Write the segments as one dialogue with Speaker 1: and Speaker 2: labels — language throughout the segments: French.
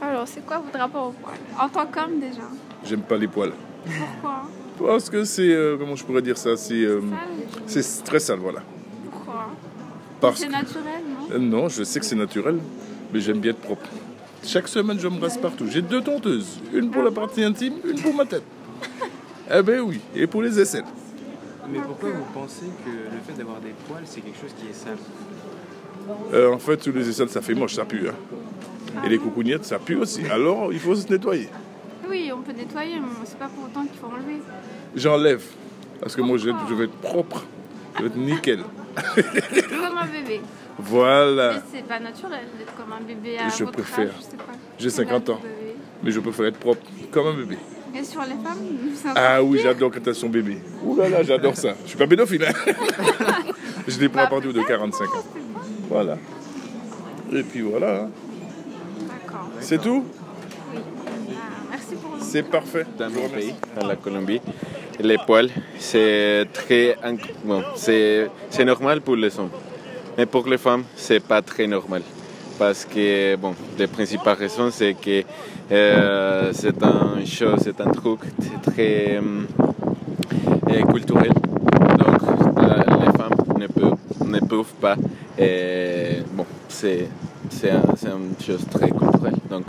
Speaker 1: Alors, c'est quoi votre rapport aux poils En tant qu'homme, déjà.
Speaker 2: J'aime pas les poils.
Speaker 1: Pourquoi
Speaker 2: Parce que c'est. euh, comment je pourrais dire ça C'est. euh,
Speaker 1: Sale
Speaker 2: c'est très sale, voilà.
Speaker 1: Pourquoi
Speaker 2: Parce
Speaker 1: C'est
Speaker 2: que.
Speaker 1: naturel, non
Speaker 2: Euh, Non, je sais que c'est naturel, mais j'aime bien être propre. Chaque semaine, je me rase partout. J'ai deux tenteuses. Une pour la partie intime, une pour ma tête. Eh ben oui, et pour les aisselles.
Speaker 3: Mais pourquoi vous pensez que le fait d'avoir des poils, c'est quelque chose qui est sale
Speaker 2: Euh, en fait, sous les aisselles, ça fait moche, ça pue. hein.
Speaker 1: Ah
Speaker 2: Et les coucougnettes, ça pue aussi. Alors, il faut se nettoyer.
Speaker 1: Oui, on peut nettoyer, mais c'est pas pour autant qu'il faut enlever.
Speaker 2: J'enlève. Parce que moi, je, je vais être propre. Je vais être nickel.
Speaker 1: Comme un bébé. Mais
Speaker 2: Voilà.
Speaker 1: c'est pas naturel d'être comme un bébé à
Speaker 2: Ah. Je
Speaker 1: votre
Speaker 2: préfère.
Speaker 1: âge, je sais pas.
Speaker 2: J'ai 50 ans. Mais je préfère être propre comme un bébé.
Speaker 1: Et sur les femmes, ça
Speaker 2: Ah oui, j'adore quand elles sont bébés. Ouh là là, j'adore ça. Je suis pas pédophile. hein. je les prends à partir de 45 ans. Voilà. Et puis voilà. hein.
Speaker 1: D'accord.
Speaker 2: C'est tout
Speaker 1: Ah, merci pour vous.
Speaker 2: C'est parfait.
Speaker 4: dans mon pays, dans la Colombie, les poils, c'est très inc- bon, c'est c'est normal pour les hommes, mais pour les femmes, c'est pas très normal. Parce que, bon, les principales raisons, c'est que euh, c'est un show, c'est un truc très hum, euh, culturel. Donc, la- les femmes ne peuvent, ne peuvent pas. euh, bon, c'est c'est un- c'est une chose très culturelle. Donc,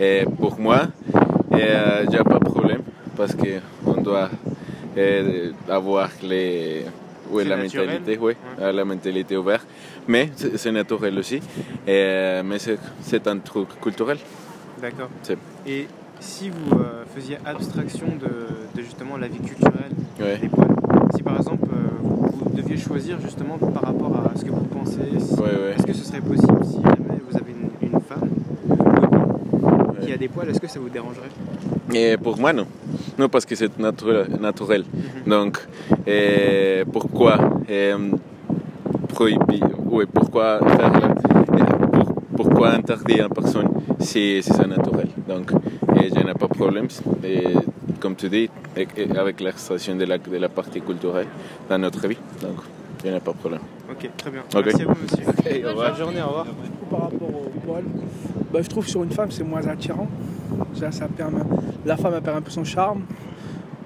Speaker 4: euh, pour moi, et euh, y a pas de problème parce que on doit euh, avoir les, ouais,
Speaker 3: C'est
Speaker 4: la
Speaker 3: naturel.
Speaker 4: mentalité, ouais,
Speaker 3: Ouais.
Speaker 4: euh, la mentalité ouverte. Mais c'est c'est naturel aussi. Euh, mais c'est- c'est un truc culturel.
Speaker 3: D'accord.
Speaker 4: C'est-
Speaker 3: Et si vous euh, faisiez abstraction de, de justement la vie culturelle
Speaker 4: Ouais.
Speaker 3: des poils, si par exemple euh, vous deviez choisir justement par rapport à ce que vous pensez, si-
Speaker 4: Ouais, ouais.
Speaker 3: est-ce que ce serait possible si jamais vous avez une, une femme copine, qui
Speaker 4: Ouais.
Speaker 3: a des poils, est-ce que ça vous dérangerait
Speaker 4: Et Eh, pour moi, non. Non, parce que c'est naturel. naturel. Donc, euh, pourquoi euh, prohibi- ouais, pourquoi faire la- euh, pour- pourquoi interdire à personne si si c'est naturel Donc, euh, je n'ai pas de problème, et, comme tu dis, et- et avec l'extraction de la, de la partie culturelle dans notre vie. Donc, je n'ai pas de problème.
Speaker 3: Ok, très bien.
Speaker 4: Ok.
Speaker 3: Merci à vous monsieur.
Speaker 4: au
Speaker 1: euh,
Speaker 4: revoir.
Speaker 3: Bonne journée, au revoir.
Speaker 5: par rapport au poil, bah, je trouve que sur une femme c'est moins attirant. Déjà, ça perd un- la femme elle perd un peu son charme.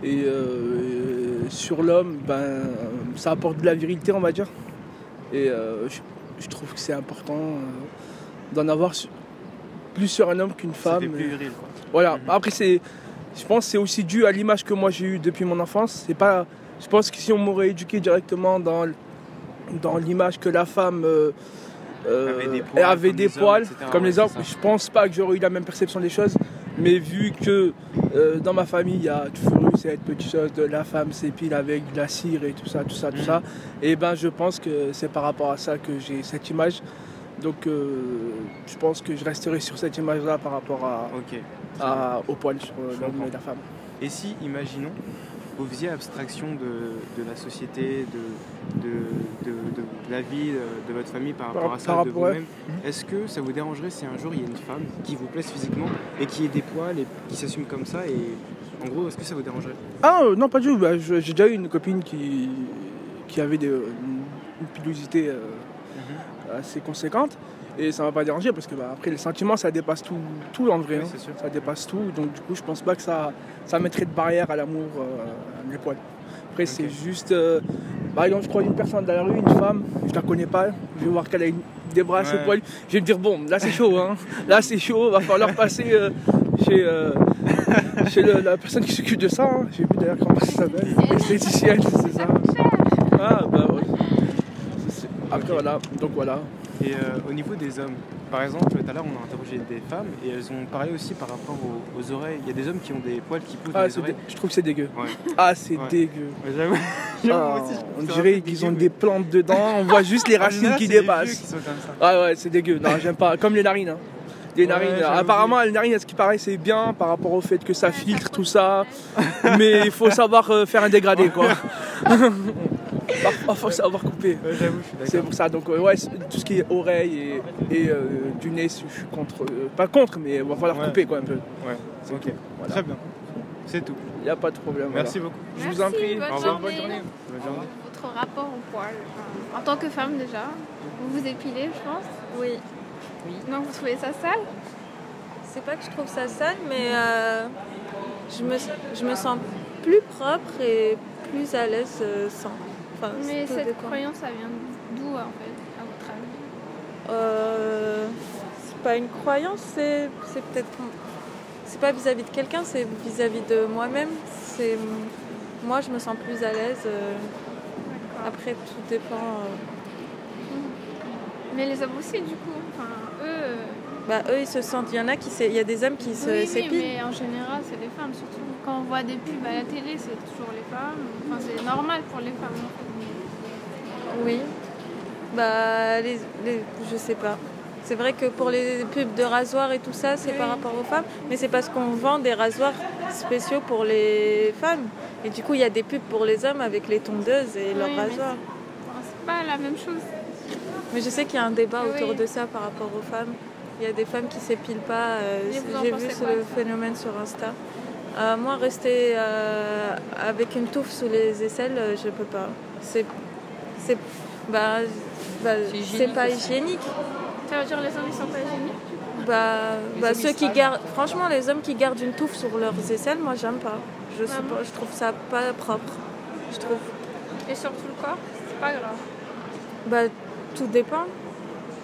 Speaker 5: Et euh, euh, sur l'homme, ben, ça apporte de la virilité, on va dire. Et euh, je, je trouve que c'est important euh, d'en avoir su- plus sur un homme qu'une
Speaker 3: Ça
Speaker 5: femme. euh.
Speaker 3: fait plus
Speaker 5: Et-
Speaker 3: viril quoi.
Speaker 5: voilà.
Speaker 3: Mhm.
Speaker 5: Après, c'est, je pense, que c'est aussi dû à l'image que moi j'ai eue depuis mon enfance. C'est pas, je pense que si on m'aurait éduqué directement dans, l- dans l'image que la femme euh, euh,
Speaker 3: Avait des
Speaker 5: elle
Speaker 3: poils
Speaker 5: avait des
Speaker 3: comme les hommes,
Speaker 5: poils,
Speaker 3: etc.
Speaker 5: comme
Speaker 3: Ouais,
Speaker 5: les hommes,
Speaker 3: c'est ça.
Speaker 5: je pense pas que j'aurais eu la même perception des choses. Mais vu que euh, dans ma famille, il y a du furu, cette petite chose de la femme s'épile avec de la cire et tout ça, tout ça, tout
Speaker 3: Mhm.
Speaker 5: ça, et ben je pense que c'est par rapport à ça que j'ai cette image. Donc euh, je pense que je resterai sur cette image-là par rapport à,
Speaker 3: Ok.
Speaker 5: à- au poil sur euh,
Speaker 3: Je
Speaker 5: l'homme
Speaker 3: comprends.
Speaker 5: et la femme.
Speaker 3: Et si, imaginons, vous faisiez abstraction de, de la société, de, de, de, de la vie euh, de votre famille par rapport à ça,
Speaker 5: par
Speaker 3: de
Speaker 5: rapport à- Mhm.
Speaker 3: vous-même, est-ce que ça vous dérangerait si un jour il y a une femme qui vous plaise physiquement et qui ait des poils et qui s'assume comme ça et en gros, est-ce que ça vous dérangerait
Speaker 5: Ah euh, non, pas du tout. Bah, je- j'ai déjà eu une copine qui, qui avait des, euh, une une pilosité euh, assez conséquente. Et ça m'a pas dérangé parce que bah, après les sentiments ça dépasse tout, tout en vrai.
Speaker 3: Oui,
Speaker 5: hein.
Speaker 3: c'est sûr.
Speaker 5: Ça dépasse tout. Donc du coup je pense pas que ça, ça mettrait de barrière à l'amour euh, les poils. Après c'est
Speaker 3: Ok.
Speaker 5: juste. euh, par exemple je crois une personne dans la rue, une femme, je la connais pas, je vais voir qu'elle a une- des bras assez
Speaker 3: Ouais.
Speaker 5: poilus. Je vais me dire bon là c'est chaud hein. Là c'est chaud, va falloir passer euh, chez, euh, chez le- la personne qui s'occupe de ça. hein. J'ai vu d'ailleurs comment ça s'appelle. Esthéticienne, c'est ça. Ah bah ouais. C'est- Après
Speaker 3: Ok.
Speaker 5: voilà, donc voilà.
Speaker 3: Et euh, au niveau des hommes, par exemple, tout à l'heure on a interrogé des femmes et elles ont parlé aussi par rapport aux, aux oreilles. Il y a des hommes qui ont des poils qui poussent dans
Speaker 5: Ah,
Speaker 3: les
Speaker 5: c'est
Speaker 3: oreilles.
Speaker 5: dé- Je trouve que c'est dégueu.
Speaker 3: Ouais.
Speaker 5: Ah, c'est
Speaker 3: Ouais.
Speaker 5: dégueu.
Speaker 3: Ouais, J'avoue, j'avoue, moi
Speaker 5: Ah,
Speaker 3: aussi, je trouve
Speaker 5: on
Speaker 3: ça un
Speaker 5: dirait
Speaker 3: peu
Speaker 5: qu'ils
Speaker 3: dégueu,
Speaker 5: ont
Speaker 3: mais-
Speaker 5: des plantes dedans, on voit juste les
Speaker 3: En
Speaker 5: racines
Speaker 3: général,
Speaker 5: qui
Speaker 3: Ah, c'est les vieux
Speaker 5: dépassent.
Speaker 3: qui sont comme ça.
Speaker 5: Ah ouais, c'est dégueu. Non, j'aime pas. Comme les narines. hein. Les
Speaker 3: Ouais,
Speaker 5: narines.
Speaker 3: j'avoue.
Speaker 5: Apparemment, les narines, à ce qui paraît, c'est bien par rapport au fait que ça filtre tout ça. Mais il faut savoir euh, faire un dégradé, quoi. Parfois, faut savoir couper.
Speaker 3: Ouais, Euh, j'avoue, je suis
Speaker 5: C'est
Speaker 3: d'accord.
Speaker 5: pour ça. Donc, euh, ouais, c'est- tout ce qui est oreille et, et, euh, du nez, je suis contre. euh, pas contre, mais va falloir
Speaker 3: Ouais.
Speaker 5: couper, quoi, un peu.
Speaker 3: Ok,
Speaker 5: Voilà.
Speaker 3: très bien. C'est tout.
Speaker 5: Il n'y a pas de problème. voilà.
Speaker 3: Merci beaucoup.
Speaker 5: Je vous en
Speaker 1: Merci,
Speaker 5: prie.
Speaker 1: bonne
Speaker 3: Au revoir,
Speaker 1: journée.
Speaker 3: Bonne journée.
Speaker 1: Votre rapport au poil, euh, en tant que femme déjà, vous vous épilez, je pense Oui. Donc vous trouvez ça sale
Speaker 6: c'est pas que je trouve ça sale, mais euh, je, me, je me sens plus propre et plus à l'aise euh, sans. Enfin,
Speaker 1: Mais
Speaker 6: tout
Speaker 1: cette
Speaker 6: dépend.
Speaker 1: croyance, ça vient d'où en fait, à votre avis
Speaker 6: Euh, c'est pas une croyance, c'est c'est peut-être. C'est pas vis-à-vis de quelqu'un, c'est vis-à-vis de moi-même. C'est moi, je me sens plus à l'aise. euh, après, tout dépend. euh,
Speaker 1: Mais les hommes aussi, du coup. Enfin, eux. euh,
Speaker 6: bah, eux, ils se sentent. Il y en a qui s'é- il y a des hommes qui se
Speaker 1: oui, oui,
Speaker 6: s'épient.
Speaker 1: mais en général, c'est les femmes, surtout. Quand on voit des pubs à la télé, c'est toujours les femmes. Enfin, c'est normal pour les femmes. en fait.
Speaker 6: Oui. Bah, les, les- je sais pas. C'est vrai que pour les pubs de rasoirs et tout ça, c'est
Speaker 1: Oui.
Speaker 6: par rapport aux femmes. Mais c'est parce qu'on vend des rasoirs spéciaux pour les femmes. Et du coup, il y a des pubs pour les hommes avec les tondeuses et leurs
Speaker 1: Oui, mais
Speaker 6: rasoirs.
Speaker 1: Enfin, c'est pas la même chose.
Speaker 6: Mais je sais qu'il y a un débat
Speaker 1: Oui.
Speaker 6: autour de ça par rapport aux femmes. Il y a des femmes qui s'épilent pas. euh,
Speaker 1: Et vous en
Speaker 6: J'ai
Speaker 1: pensez
Speaker 6: vu
Speaker 1: quoi,
Speaker 6: ce
Speaker 1: ça
Speaker 6: phénomène sur Insta. Euh, moi, rester euh, avec une touffe sous les aisselles, euh, je peux pas. C'est, c'est, bah, bah,
Speaker 7: C'est hygiénique
Speaker 6: c'est pas
Speaker 7: aussi.
Speaker 6: hygiénique.
Speaker 1: Ça veut dire les hommes, ils sont pas gênés
Speaker 6: Bah,
Speaker 7: Les
Speaker 6: bah,
Speaker 7: hommes,
Speaker 6: ceux
Speaker 7: ils
Speaker 6: qui
Speaker 7: se
Speaker 6: gardent, franchement, les hommes qui gardent une touffe sur leurs aisselles, moi, j'aime pas. Je, sais
Speaker 1: Vraiment
Speaker 6: pas, je trouve ça pas propre. Je trouve.
Speaker 1: Et sur tout le corps, c'est pas grave.
Speaker 6: Bah, tout dépend.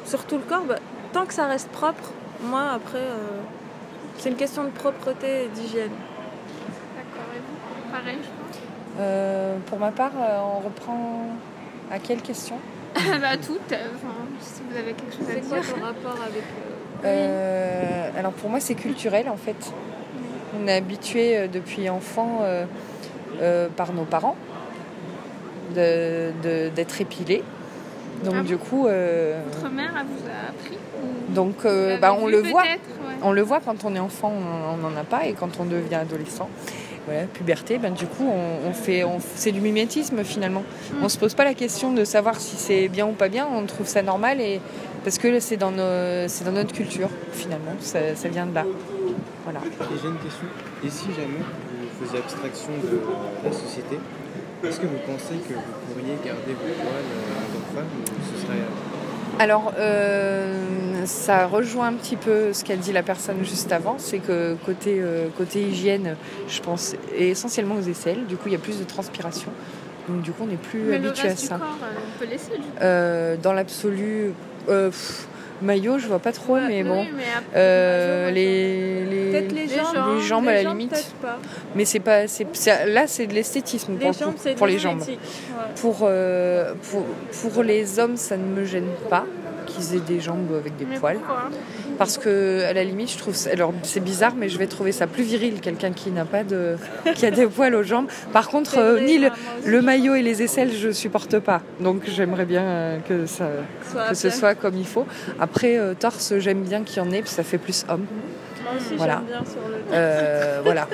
Speaker 6: Sur tout le corps, bah, tant que ça reste propre, moi, après, euh, c'est une question de propreté et d'hygiène.
Speaker 1: D'accord, et vous Pareil, je pense.
Speaker 7: Euh, pour ma part, euh, on reprend à quelle question
Speaker 1: bah, toutes. euh, Enfin, si vous avez quelque chose à
Speaker 6: C'est
Speaker 1: dire.
Speaker 6: quoi ton rapport avec. euh,
Speaker 7: Euh, Alors pour moi, c'est culturel en fait. On est habitué euh, depuis enfant euh, euh, par nos parents de- de- d'être épilé. Donc
Speaker 1: Ah bon
Speaker 7: du coup, euh,
Speaker 1: Votre mère, elle vous a appris ou
Speaker 7: donc
Speaker 1: vous
Speaker 7: euh,
Speaker 1: l'avez
Speaker 7: bah, on
Speaker 1: vu
Speaker 7: le voit.
Speaker 1: peut-être, ouais.
Speaker 7: On le voit quand on est enfant, on n'en a pas, et quand on devient adolescent, voilà, puberté, ben du coup, on, on fait, on- c'est du mimétisme finalement.
Speaker 1: Mm.
Speaker 7: On se pose pas la question de savoir si c'est bien ou pas bien, on trouve ça normal et parce que c'est dans, nos- c'est dans notre culture finalement, ça, ça vient de là. Voilà.
Speaker 3: Et j'ai une question. Et si jamais vous faisiez abstraction de la société, est-ce que vous pensez que vous pourriez garder vos poils euh, en tant que femme ou ce serait
Speaker 7: Alors, euh, ça rejoint un petit peu ce qu'a dit la personne juste avant, c'est que côté, euh, côté hygiène, je pense essentiellement aux aisselles, du coup, il y a plus de transpiration, donc du coup, on n'est plus
Speaker 1: Mais le
Speaker 7: habitué à
Speaker 1: reste du
Speaker 7: ça.
Speaker 1: corps, euh, on peut laisser du coup.
Speaker 7: Euh, dans l'absolu, euh, pff, maillot, je vois pas trop, mais
Speaker 1: Ah, Oui,
Speaker 7: bon.
Speaker 1: mais après,
Speaker 7: Euh,
Speaker 1: je-
Speaker 7: les, les-
Speaker 6: Peut-être les
Speaker 1: Les
Speaker 6: jambes.
Speaker 1: jambes. Les
Speaker 7: jambes, à la limite.
Speaker 6: peut-être pas.
Speaker 7: Mais c'est pas, c'est, c'est- là, c'est de l'esthétisme pour,
Speaker 6: Les
Speaker 7: le coup,
Speaker 6: jambes, c'est
Speaker 7: pour
Speaker 6: du
Speaker 7: les jambes.
Speaker 6: génétique, ouais.
Speaker 7: Pour, euh, pour, pour les hommes, ça ne me gêne pas qu'ils aient des jambes avec des
Speaker 1: Mais
Speaker 7: poils.
Speaker 1: pourquoi
Speaker 7: Parce que, à la limite, je trouve. ça- Alors, c'est bizarre, mais je vais trouver ça plus viril, quelqu'un qui n'a pas de. qui a des poils aux jambes. Par contre,
Speaker 6: C'est
Speaker 7: euh,
Speaker 6: vrai, hein.
Speaker 7: ni le,
Speaker 6: moi aussi,
Speaker 7: le maillot et les aisselles, je supporte pas. Donc, j'aimerais bien euh, que ça.
Speaker 6: que ce soit
Speaker 7: que ce
Speaker 6: bien.
Speaker 7: soit comme il faut. Après, euh, torse, j'aime bien qu'il y en ait, puis ça fait plus homme.
Speaker 6: Moi aussi,
Speaker 7: Voilà.
Speaker 6: j'aime bien sur le.
Speaker 7: Euh, voilà.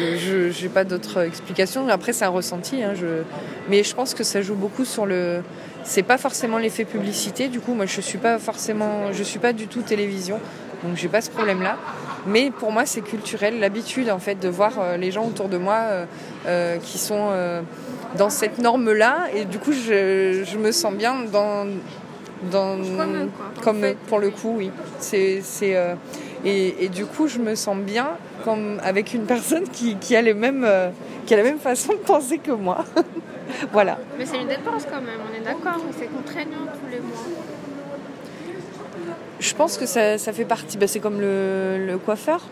Speaker 7: Euh, Je n'ai pas d'autres explications. Après, c'est un ressenti. hein, je... Mais je pense que ça joue beaucoup sur le. C'est pas forcément l'effet publicité. Du coup, moi, je suis pas forcément. Je suis pas du tout télévision. Donc, j'ai pas ce problème-là. Mais pour moi, c'est culturel. L'habitude, en fait, de voir euh, les gens autour de moi euh, euh, qui sont euh, dans cette norme-là. Et du coup, je, je me sens bien dans. dans
Speaker 1: Comme eux, quoi.
Speaker 7: comme
Speaker 1: En fait,
Speaker 7: pour le coup, oui. C'est, c'est, euh, et, et du coup, je me sens bien comme avec une personne qui, qui a les mêmes, euh, qui a la même façon de penser que moi. voilà.
Speaker 1: Mais c'est une dépense quand même, on est d'accord, c'est contraignant tous les mois.
Speaker 7: Je pense que ça, ça fait partie. bah, c'est comme le, le coiffeur.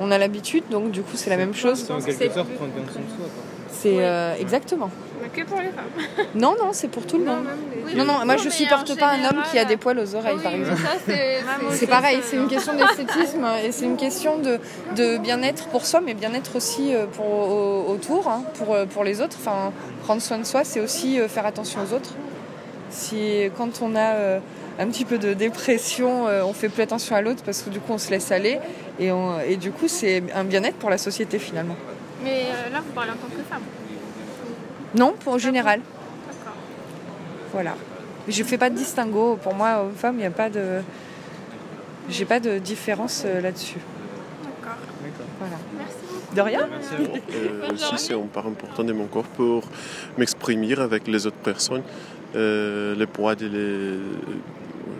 Speaker 7: On a l'habitude, donc du coup, c'est la même chose.
Speaker 3: C'est en
Speaker 6: c'est
Speaker 3: quelque sorte
Speaker 6: plus-
Speaker 3: prendre bien soin de soi quoi.
Speaker 7: C'est euh, exactement.
Speaker 1: Mais que pour les femmes.
Speaker 7: Non, non, c'est pour tout le monde.
Speaker 6: même
Speaker 1: Oui,
Speaker 7: Non, non, moi
Speaker 1: non,
Speaker 7: je
Speaker 1: mais
Speaker 7: supporte
Speaker 1: en
Speaker 7: pas un homme
Speaker 1: général, euh,
Speaker 7: qui a des poils aux oreilles,
Speaker 1: oui,
Speaker 7: par
Speaker 1: mais
Speaker 7: exemple.
Speaker 1: ça, c'est-
Speaker 7: C'est pareil,
Speaker 1: ça, hein.
Speaker 7: c'est une question d'esthétisme et c'est une question de, de bien-être pour soi, mais bien-être aussi euh, pour, au- autour, hein, pour, euh, pour les autres. Enfin, prendre soin de soi, c'est aussi euh, faire attention aux autres. Si quand on a euh, un petit peu de dépression, euh, on fait plus attention à l'autre parce que du coup on se laisse aller et, on- et du coup c'est un bien-être pour la société finalement.
Speaker 1: Mais euh, là, vous parlez en tant que femme.
Speaker 7: Non, pour en général.
Speaker 1: D'accord.
Speaker 7: Voilà. Je fais pas de distinguo. Pour moi, homme-femme, il n'y a pas de. J'ai pas de différence euh, là-dessus.
Speaker 1: D'accord.
Speaker 3: D'accord.
Speaker 7: Voilà.
Speaker 1: Merci beaucoup.
Speaker 7: De rien
Speaker 3: Merci à vous.
Speaker 8: Euh,
Speaker 1: Bonne journée.
Speaker 8: si c'est un part important de mon corps pour m'exprimer avec les autres personnes, euh, les poids, de les...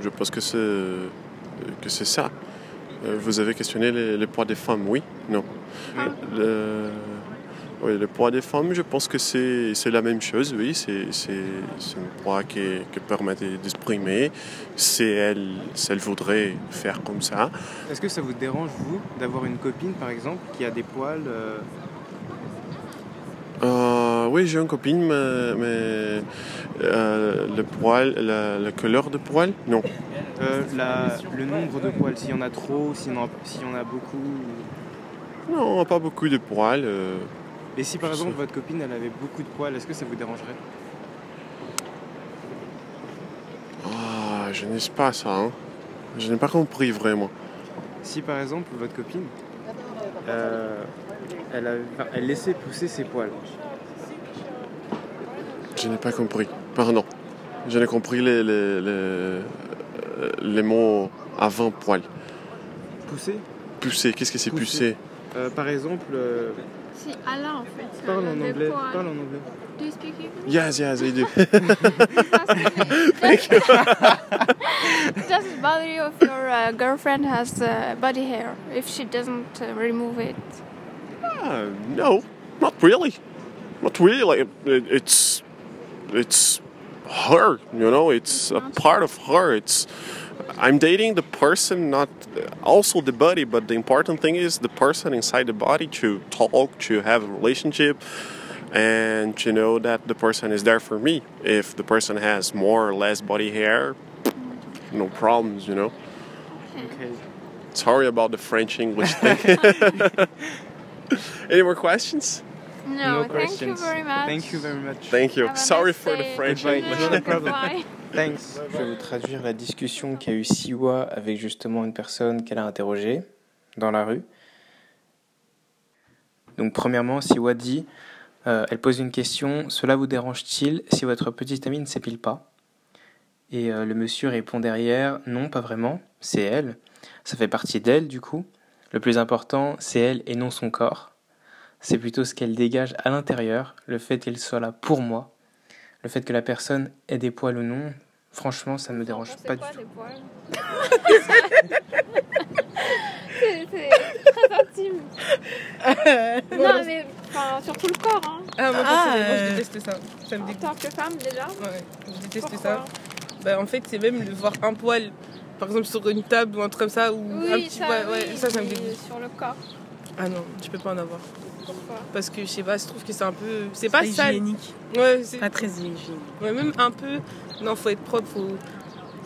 Speaker 8: je pense que euh, c'est que c'est ça. Euh, vous avez questionné les, les poids des femmes, oui Non.
Speaker 1: Ah.
Speaker 8: Le, oui, le poids des femmes, je pense que c'est c'est la même chose, oui. C'est c'est- c'est un poids qui, qui permet de- d'exprimer si elle, si elle voudrait faire comme ça.
Speaker 3: Est-ce que ça vous dérange, vous, d'avoir une copine, par exemple, qui a des poils euh,
Speaker 8: Euh, oui, j'ai une copine, mais, mais, euh, le poil, la, la couleur de poil, non.
Speaker 3: euh, la- le nombre de poils, s'il y en a trop, s'il y, en a- s'il y en a beaucoup ou-
Speaker 8: Non, pas beaucoup de poils. euh,
Speaker 3: Et si, par
Speaker 8: Je sais.
Speaker 3: exemple, votre copine, elle avait beaucoup de poils, est-ce que ça vous dérangerait
Speaker 8: Ah, je n'ai pas ça. hein. Je n'ai pas compris vraiment.
Speaker 3: Si, par exemple, votre copine, euh, elle, avait- enfin, elle laissait pousser ses poils,
Speaker 8: Je n'ai pas compris. Pardon. Je n'ai compris les, les, les, euh, les mots avant poil.
Speaker 3: pousser,
Speaker 8: Pucer, qu'est-ce que c'est
Speaker 3: Pousser.
Speaker 8: pucer
Speaker 3: euh, par exemple, euh,
Speaker 1: Si Allah en fait.
Speaker 3: parle
Speaker 1: euh,
Speaker 3: en
Speaker 1: des
Speaker 3: anglais,
Speaker 1: poils.
Speaker 3: parle en anglais.
Speaker 1: Do you speak English?
Speaker 8: Yes, yes, I do.
Speaker 1: Thank you. Just bother you if your uh, girlfriend has uh, body hair. If she doesn't uh, remove it.
Speaker 8: Ah, no, not really. Not really. It, it- it's it's her, you know. It's a part of her. It's I'm dating the person, not also the body, but the important thing is the person inside the body to talk, to have a relationship, and to know that the person is there for me. If the person has more or less body hair, no problems, you know.
Speaker 3: Ok.
Speaker 8: Sorry about the French English thing. Any more questions?
Speaker 1: No, thank
Speaker 3: No
Speaker 1: you
Speaker 3: questions.
Speaker 1: very much.
Speaker 3: Thank you very much.
Speaker 8: Thank you.
Speaker 1: Have a
Speaker 8: Sorry
Speaker 1: nice
Speaker 8: for the
Speaker 1: day.
Speaker 8: French
Speaker 3: Goodbye.
Speaker 8: English.
Speaker 3: No problem.
Speaker 1: Bye.
Speaker 3: Thanks. Je vais vous traduire la discussion qu'a eu Siwa avec justement une personne qu'elle a interrogée dans la rue. Donc premièrement, Siwa dit, euh, elle pose une question, cela vous dérange-t-il si votre petite amie ne s'épile pas Et euh, le monsieur répond derrière, non, pas vraiment, c'est elle, ça fait partie d'elle du coup. Le plus important, c'est elle et non son corps. C'est plutôt ce qu'elle dégage à l'intérieur, le fait qu'elle soit là pour moi. Le fait que la personne ait des poils ou non, franchement, ça ne me dérange pas du tout.
Speaker 1: C'est c'est très intime. non, mais enfin, surtout le corps. Hein.
Speaker 9: Ah, moi,
Speaker 10: Ah,
Speaker 9: personnellement,
Speaker 10: euh,
Speaker 9: je déteste ça. Ça me
Speaker 1: En
Speaker 9: dégoûte.
Speaker 1: tant que femme, déjà.
Speaker 9: Ouais, je déteste
Speaker 1: Pourquoi
Speaker 9: ça. Bah, en fait, c'est même de voir un poil, par exemple, sur une table ou un truc comme ça, ou un
Speaker 1: Oui,
Speaker 9: petit
Speaker 1: ça,
Speaker 9: poil.
Speaker 1: oui,
Speaker 9: Ouais, ça, ça me
Speaker 1: mais
Speaker 9: dégoûte.
Speaker 1: Sur le corps.
Speaker 9: Ah non, je peux pas en avoir.
Speaker 1: Pourquoi
Speaker 9: Parce que, je sais pas, je trouve que c'est un peu. C'est pas sale.
Speaker 10: hygiénique.
Speaker 9: Ouais, c'est-
Speaker 10: Pas très hygiénique.
Speaker 9: ouais, même un peu. Non, faut être propre, faut.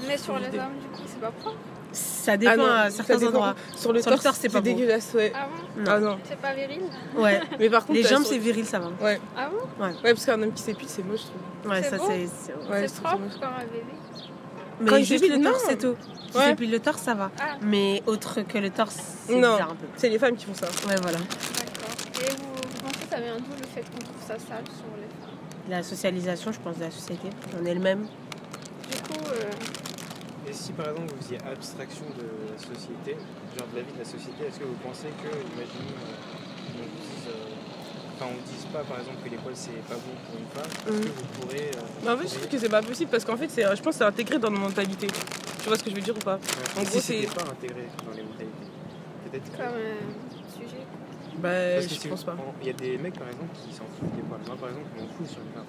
Speaker 1: Mais sur les hommes, du coup, c'est pas propre.
Speaker 10: Ça dépend
Speaker 9: Ah non,
Speaker 10: à
Speaker 9: ça
Speaker 10: certains
Speaker 9: dépend.
Speaker 10: endroits.
Speaker 9: Sur le
Speaker 10: Sur le
Speaker 9: torse,
Speaker 10: torse, c'est
Speaker 9: c'est
Speaker 10: pas beau.
Speaker 9: dégueulasse, ouais.
Speaker 1: Ah bon
Speaker 9: Ah non.
Speaker 1: C'est pas viril
Speaker 10: Ouais.
Speaker 9: Mais par contre,
Speaker 10: Les
Speaker 9: euh,
Speaker 10: jambes,
Speaker 9: sur-
Speaker 10: c'est viril, ça va.
Speaker 1: Ah bon
Speaker 9: Ouais, parce qu'un homme qui s'épile, c'est moche, je trouve.
Speaker 10: Ouais,
Speaker 1: C'est
Speaker 10: ça
Speaker 1: beau
Speaker 10: c'est. c'est-
Speaker 9: Ouais, je
Speaker 1: C'est
Speaker 9: trouve ça
Speaker 1: propre
Speaker 9: moche.
Speaker 1: comme un bébé.
Speaker 9: Quand
Speaker 10: Mais
Speaker 9: ils
Speaker 10: juste
Speaker 9: s'épilent,
Speaker 10: le
Speaker 9: non.
Speaker 10: torse, c'est tout. Si
Speaker 9: Ouais.
Speaker 10: c'est puis le torse, ça va.
Speaker 1: Ah.
Speaker 10: Mais autre que le torse, c'est
Speaker 9: Non.
Speaker 10: bizarre un peu.
Speaker 9: C'est les femmes qui font ça.
Speaker 10: Ouais, voilà.
Speaker 1: D'accord. Et vous, vous pensez que ça vient d'où le fait qu'on trouve ça sale sur les femmes
Speaker 10: La socialisation, je pense, de la société en elle-même.
Speaker 1: Du coup, euh,
Speaker 3: Et si par exemple vous faisiez abstraction de la société, genre de la vie de la société, est-ce que vous pensez que, imaginons, euh, on dise, euh, enfin on dise pas par exemple que les poils c'est pas bon pour une femme, est-ce que vous pourrez. euh,
Speaker 9: Mm. Bah, en fait, je trouve que c'est pas possible parce qu'en fait, c'est, je pense que c'est intégré dans nos mentalités. Tu vois ce que je veux dire ou pas en
Speaker 3: Ouais. Et
Speaker 9: gros,
Speaker 3: si c'était
Speaker 9: c'est-
Speaker 3: pas intégré dans les mentalités. Peut-être.
Speaker 1: comme euh, sujet.
Speaker 9: Bah,
Speaker 3: Parce que
Speaker 9: je
Speaker 3: si-
Speaker 9: pense pas.
Speaker 3: Il y a des mecs par exemple qui s'en foutent des poils. Moi par exemple, je m'en fous sur une femme.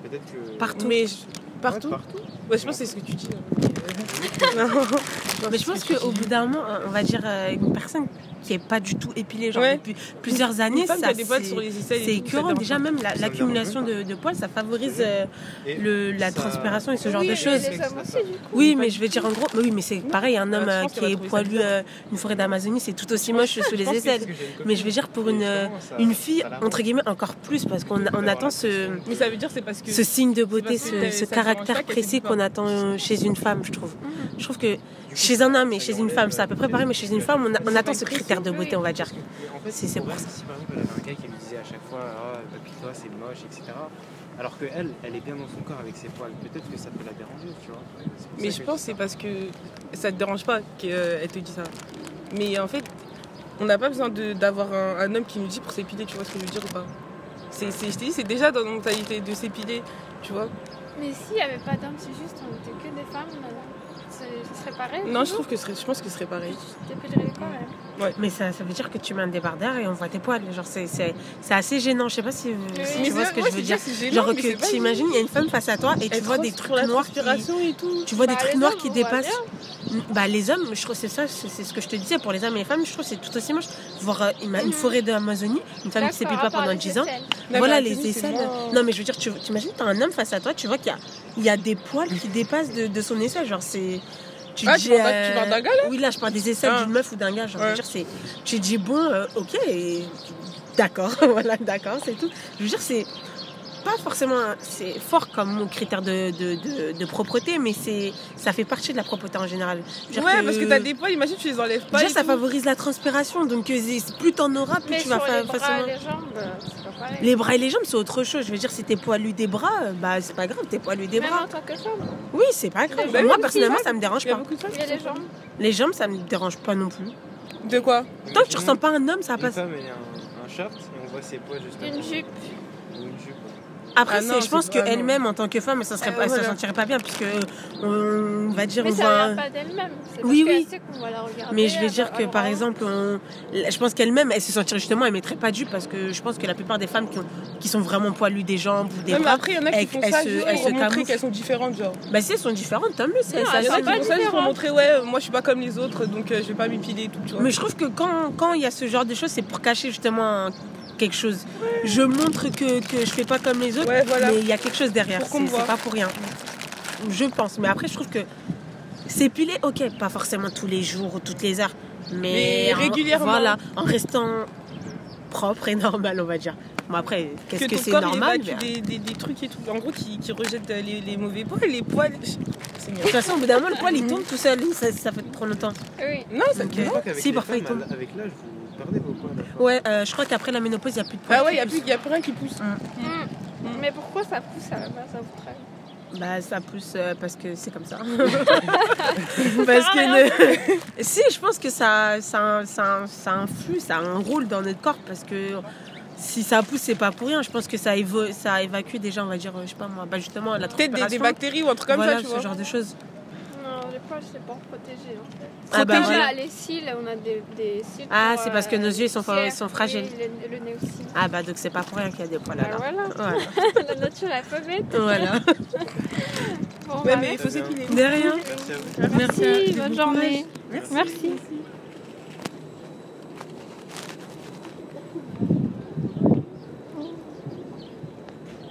Speaker 3: Peut-être que.
Speaker 10: Partout.
Speaker 9: Mais je- partout
Speaker 3: Ouais, partout.
Speaker 9: Ouais, je pense que c'est ce que tu dis. hein. Non. Non,
Speaker 10: Mais
Speaker 9: c'est
Speaker 10: je
Speaker 9: ce
Speaker 10: pense
Speaker 9: que tu
Speaker 10: qu'au
Speaker 9: dis.
Speaker 10: bout d'un moment, on va dire euh, une personne qui est pas du tout épilée genre
Speaker 9: Ouais.
Speaker 10: depuis plusieurs années,
Speaker 9: Une femme qui
Speaker 10: ça
Speaker 9: a des poils
Speaker 10: c'est-
Speaker 9: sur les aisselles et
Speaker 10: c'est
Speaker 9: tout, ça
Speaker 10: écœurant.
Speaker 9: dérange
Speaker 10: Déjà,
Speaker 9: pas.
Speaker 10: même la-
Speaker 3: Ça me
Speaker 10: l'accumulation
Speaker 3: dérange
Speaker 10: de, de poils, ça favorise euh,
Speaker 3: Et
Speaker 10: le, la
Speaker 3: ça-
Speaker 10: transpiration et ce genre
Speaker 1: oui,
Speaker 10: de
Speaker 1: mais
Speaker 10: choses.
Speaker 1: les hommes aussi, du coup.
Speaker 10: Oui,
Speaker 9: Pas
Speaker 10: mais
Speaker 9: du
Speaker 10: je veux
Speaker 9: tout.
Speaker 10: dire en gros, oui, mais c'est pareil, un
Speaker 9: Ouais,
Speaker 10: homme
Speaker 9: je
Speaker 10: euh,
Speaker 9: pense
Speaker 10: qui
Speaker 9: qu'elle va
Speaker 10: est
Speaker 9: trouver ça
Speaker 10: poilu
Speaker 9: bizarre.
Speaker 10: euh, une forêt d'Amazonie, c'est tout aussi moche sous
Speaker 3: Je
Speaker 10: les
Speaker 3: pense que c'est
Speaker 10: aisselles.
Speaker 3: parce que j'ai une
Speaker 10: Mais je veux dire pour
Speaker 3: Et
Speaker 10: une,
Speaker 9: euh,
Speaker 10: euh,
Speaker 3: justement, ça-
Speaker 10: une fille
Speaker 3: ça la rend-
Speaker 10: entre guillemets encore plus parce qu'on on attend ce,
Speaker 9: Mais ça veut dire c'est parce que.
Speaker 10: ce signe de beauté,
Speaker 9: C'est parce
Speaker 10: ce,
Speaker 9: que
Speaker 10: ce
Speaker 9: ça dérange pas
Speaker 10: caractère
Speaker 9: qu'elle
Speaker 10: précis
Speaker 9: s'écoute pas.
Speaker 10: qu'on attend euh, chez une femme, je trouve.
Speaker 9: Mm.
Speaker 10: Je trouve que chez un homme et chez une femme, c'est à peu près pareil, mais chez une femme, on, a- on attend ce critère de beauté, on va dire.
Speaker 3: Parce que, en fait,
Speaker 10: Si, c'est pour
Speaker 3: elle, Si par exemple, elle avait un gars qui me disait à chaque fois Ah, toi c'est moche, etc. Alors que elle, elle est bien dans son corps avec ses poils. Peut-être que ça peut la déranger, tu vois. C'est pour ça
Speaker 9: Mais je
Speaker 3: que
Speaker 9: pense que
Speaker 3: dis
Speaker 9: c'est
Speaker 3: ça.
Speaker 9: parce que ça te dérange pas qu'elle te dit ça. Mais en fait, on n'a pas besoin de- d'avoir un, un homme qui nous dit pour s'épiler, tu vois ce que je veux dire ou pas c'est, c'est- Je t'ai dit, c'est déjà dans nos mentalités de s'épiler, tu vois.
Speaker 1: Mais s'il n'y avait pas d'hommes, c'est juste on était que des femmes. euh, c'est- ce serait pareil
Speaker 9: Non, je trouve que ce serait- je pense que ce serait pareil.
Speaker 1: Peut-être que j'aurais eu quand même.
Speaker 10: Mais ça, ça veut dire que tu mets un débardeur et on voit tes poils. Genre, c'est, c'est, c'est assez gênant. Je sais pas si, si
Speaker 9: Mais
Speaker 10: tu vois
Speaker 9: c'est-
Speaker 10: ce que
Speaker 9: ouais,
Speaker 10: je veux
Speaker 9: c'est
Speaker 10: dire.
Speaker 9: c'est gênant,
Speaker 10: Genre
Speaker 9: mais c'est
Speaker 10: que
Speaker 9: pas
Speaker 10: tu
Speaker 9: gênant.
Speaker 10: imagines, il y a une femme face à toi et tu
Speaker 9: Elle
Speaker 10: vois
Speaker 9: trouve
Speaker 10: des
Speaker 9: pour
Speaker 10: trucs
Speaker 9: la
Speaker 10: noirs qui,
Speaker 9: transpiration et tout.
Speaker 10: tu vois des
Speaker 1: Bah,
Speaker 10: trucs
Speaker 1: les
Speaker 10: noirs
Speaker 1: hommes,
Speaker 10: qui
Speaker 1: on voit
Speaker 10: dépassent. Bah les hommes, je trouve c'est ça, c'est c'est ce que je te disais pour les hommes et les femmes, je trouve c'est tout aussi moche. Voir euh, une, une
Speaker 1: Mhm.
Speaker 10: forêt d'Amazonie, une femme qui s'épile
Speaker 1: D'accord,
Speaker 10: pas
Speaker 1: à part
Speaker 10: pendant
Speaker 1: les
Speaker 10: 10 ans.
Speaker 1: aisselles.
Speaker 9: mais
Speaker 10: voilà
Speaker 9: à
Speaker 10: les
Speaker 9: Tunis, c'est
Speaker 10: aisselles.
Speaker 9: moins-
Speaker 10: Non mais je veux dire, tu imagines t'as un homme face à toi, tu vois qu'il y a, il y a des poils qui dépassent de, de son aisselle, genre c'est. Tu
Speaker 9: Ah,
Speaker 10: dis, euh,
Speaker 9: tu parles d'un- tu parles d'un gars, là
Speaker 10: Oui là, je parle des aisselles
Speaker 9: Ah.
Speaker 10: d'une meuf ou d'un gars, genre je veux
Speaker 9: Ouais.
Speaker 10: dire c'est, tu dis bon, euh, ok, et- d'accord, voilà, d'accord, c'est tout. Je veux dire c'est pas forcément c'est fort comme mon critère de, de, de, de propreté mais c'est ça fait partie de la propreté en général Je veux dire
Speaker 9: Ouais, parce que t'as des poils, imagine, tu les enlèves pas.
Speaker 10: déjà
Speaker 9: et
Speaker 10: ça
Speaker 9: tout.
Speaker 10: favorise la transpiration donc euh, c'est- plus t'en auras plus
Speaker 1: Mais
Speaker 10: tu vas
Speaker 1: sur
Speaker 10: fa-
Speaker 1: les bras
Speaker 10: facilement
Speaker 1: et les jambes, euh, c'est pas pareil.
Speaker 10: les bras et les jambes c'est autre chose je veux dire si t'es poilu des bras euh, bah c'est pas grave t'es poilu des
Speaker 1: Même
Speaker 10: bras
Speaker 1: en tant que femme,
Speaker 10: oui c'est pas grave
Speaker 9: Bah oui,
Speaker 10: moi
Speaker 9: mais
Speaker 10: personnellement
Speaker 9: si,
Speaker 10: ça me dérange
Speaker 9: Il y a
Speaker 10: pas
Speaker 9: beaucoup de femmes
Speaker 1: il y a
Speaker 9: qui
Speaker 1: les
Speaker 9: sont pas-
Speaker 1: jambes.
Speaker 10: les jambes ça me dérange pas non plus
Speaker 9: De quoi
Speaker 10: tant que tu ressens pas un homme ça
Speaker 9: Ah
Speaker 10: passe
Speaker 3: femme et un, un short et on voit ses poils juste
Speaker 1: Une jupe.
Speaker 3: Ou une jupe. ouais.
Speaker 10: après
Speaker 9: Ah
Speaker 10: c'est-
Speaker 9: non,
Speaker 10: je pense
Speaker 9: c'est pas-
Speaker 10: qu'elle-même en tant que femme ça serait
Speaker 9: Euh,
Speaker 10: pas ça
Speaker 9: voilà.
Speaker 10: sentirait pas bien puisque euh, on va dire
Speaker 1: Mais
Speaker 10: on
Speaker 1: ça
Speaker 10: voit
Speaker 1: vient
Speaker 10: un-
Speaker 1: pas d'elle-même. C'est
Speaker 10: Oui,
Speaker 1: parce
Speaker 10: oui.
Speaker 1: qu'elle sait qu'on va la regarder,
Speaker 10: Mais je vais
Speaker 1: elle
Speaker 10: dire
Speaker 1: va-
Speaker 10: que
Speaker 1: elle
Speaker 10: par
Speaker 1: aura-
Speaker 10: exemple, on- je pense qu'elle-même, elle se sentirait justement, elle mettrait pas de jupe parce que je pense que la plupart des femmes qui, ont- qui sont vraiment poilues des jambes ou des
Speaker 9: Non, mais
Speaker 10: bras,
Speaker 9: après, il y en a qui
Speaker 10: elles-
Speaker 9: font
Speaker 10: elles
Speaker 9: ça
Speaker 10: se-
Speaker 9: juste
Speaker 10: elles se
Speaker 9: pour montrer
Speaker 10: camouflent.
Speaker 9: qu'elles sont différentes, genre.
Speaker 10: bah si elles sont différentes, tant mieux. c'est-
Speaker 9: Non,
Speaker 10: ça
Speaker 9: il y en a
Speaker 10: assume.
Speaker 9: qui font Ah, ça juste pour
Speaker 1: différentes.
Speaker 9: montrer, ouais, euh, moi je suis pas comme les autres, donc euh, je vais pas m'épiler et tout, tu vois.
Speaker 10: Mais je trouve que quand quand il y a ce genre de choses, c'est pour cacher justement un- quelque chose. Je montre que, que je fais pas comme les autres,
Speaker 9: Ouais, voilà.
Speaker 10: mais il y a quelque chose derrière.
Speaker 9: Pour qu'on me
Speaker 10: C'est c'est
Speaker 9: voit.
Speaker 10: pas pour rien. Je pense. Mais après, je trouve que s'épiler, ok, pas forcément tous les jours ou toutes les heures, mais,
Speaker 9: Mais
Speaker 10: en-
Speaker 9: régulièrement.
Speaker 10: Voilà, en restant propre et normal, on va dire. Bon après, qu'est-ce que
Speaker 9: ton
Speaker 10: c'est
Speaker 9: corps, il
Speaker 10: normal
Speaker 9: évacue
Speaker 10: mais- euh, De
Speaker 9: des, des, des trucs et tout. En gros, qui, qui rejettent euh, les, les mauvais poils. Les poils. C'est mieux.
Speaker 10: toute façon, au bout d'un moment, le poil il tombe tout seul, ça, ça fait trop longtemps.
Speaker 1: Oui.
Speaker 9: Non, ça
Speaker 10: Ok.
Speaker 9: te
Speaker 10: Non, si, parfois, il tombe.
Speaker 3: Avec l'âge, vous perdez vos poils. à force.
Speaker 10: Ouais, euh, je crois qu'après la ménopause, il n'y a plus de poils.
Speaker 9: Ah ouais, il a plus, y a plus rien qui pousse.
Speaker 1: Mm. Mais pourquoi ça pousse à la base à votre avis
Speaker 10: Bah ça pousse euh, parce que c'est comme ça.
Speaker 1: sert
Speaker 10: parce
Speaker 1: à
Speaker 10: que le- si je pense que ça ça ça ça influe, ça a un rôle dans notre corps parce que si ça pousse c'est pas pour rien. Je pense que ça évo- ça évacue déjà on va dire euh, je sais pas moi bah justement la
Speaker 9: Peut-être des, des
Speaker 10: transpiration.
Speaker 9: bactéries ou un truc comme
Speaker 10: voilà,
Speaker 9: ça, tu vois.
Speaker 10: ce genre de choses.
Speaker 1: Non, les poils, c'est pour protéger. en fait.
Speaker 10: Ah bah
Speaker 1: Déjà,
Speaker 10: voilà.
Speaker 1: les cils, on a des, des cils.
Speaker 10: Ah,
Speaker 1: pour, euh,
Speaker 10: c'est parce que nos yeux, ils sont fa-
Speaker 1: serrer.
Speaker 10: ils sont fragiles.
Speaker 1: Oui, le, le nez aussi.
Speaker 10: Ah bah donc c'est pas pour rien qu'il y a des poils
Speaker 1: Bah,
Speaker 10: là.
Speaker 1: voilà,
Speaker 10: Voilà.
Speaker 1: la nature est pas bête.
Speaker 10: voilà.
Speaker 1: Bon,
Speaker 9: Ouais,
Speaker 1: bah,
Speaker 9: mais il faut
Speaker 3: Très bien.
Speaker 9: s'épiler.
Speaker 10: De rien.
Speaker 3: Merci à vous.
Speaker 1: merci, bonne journée. merci.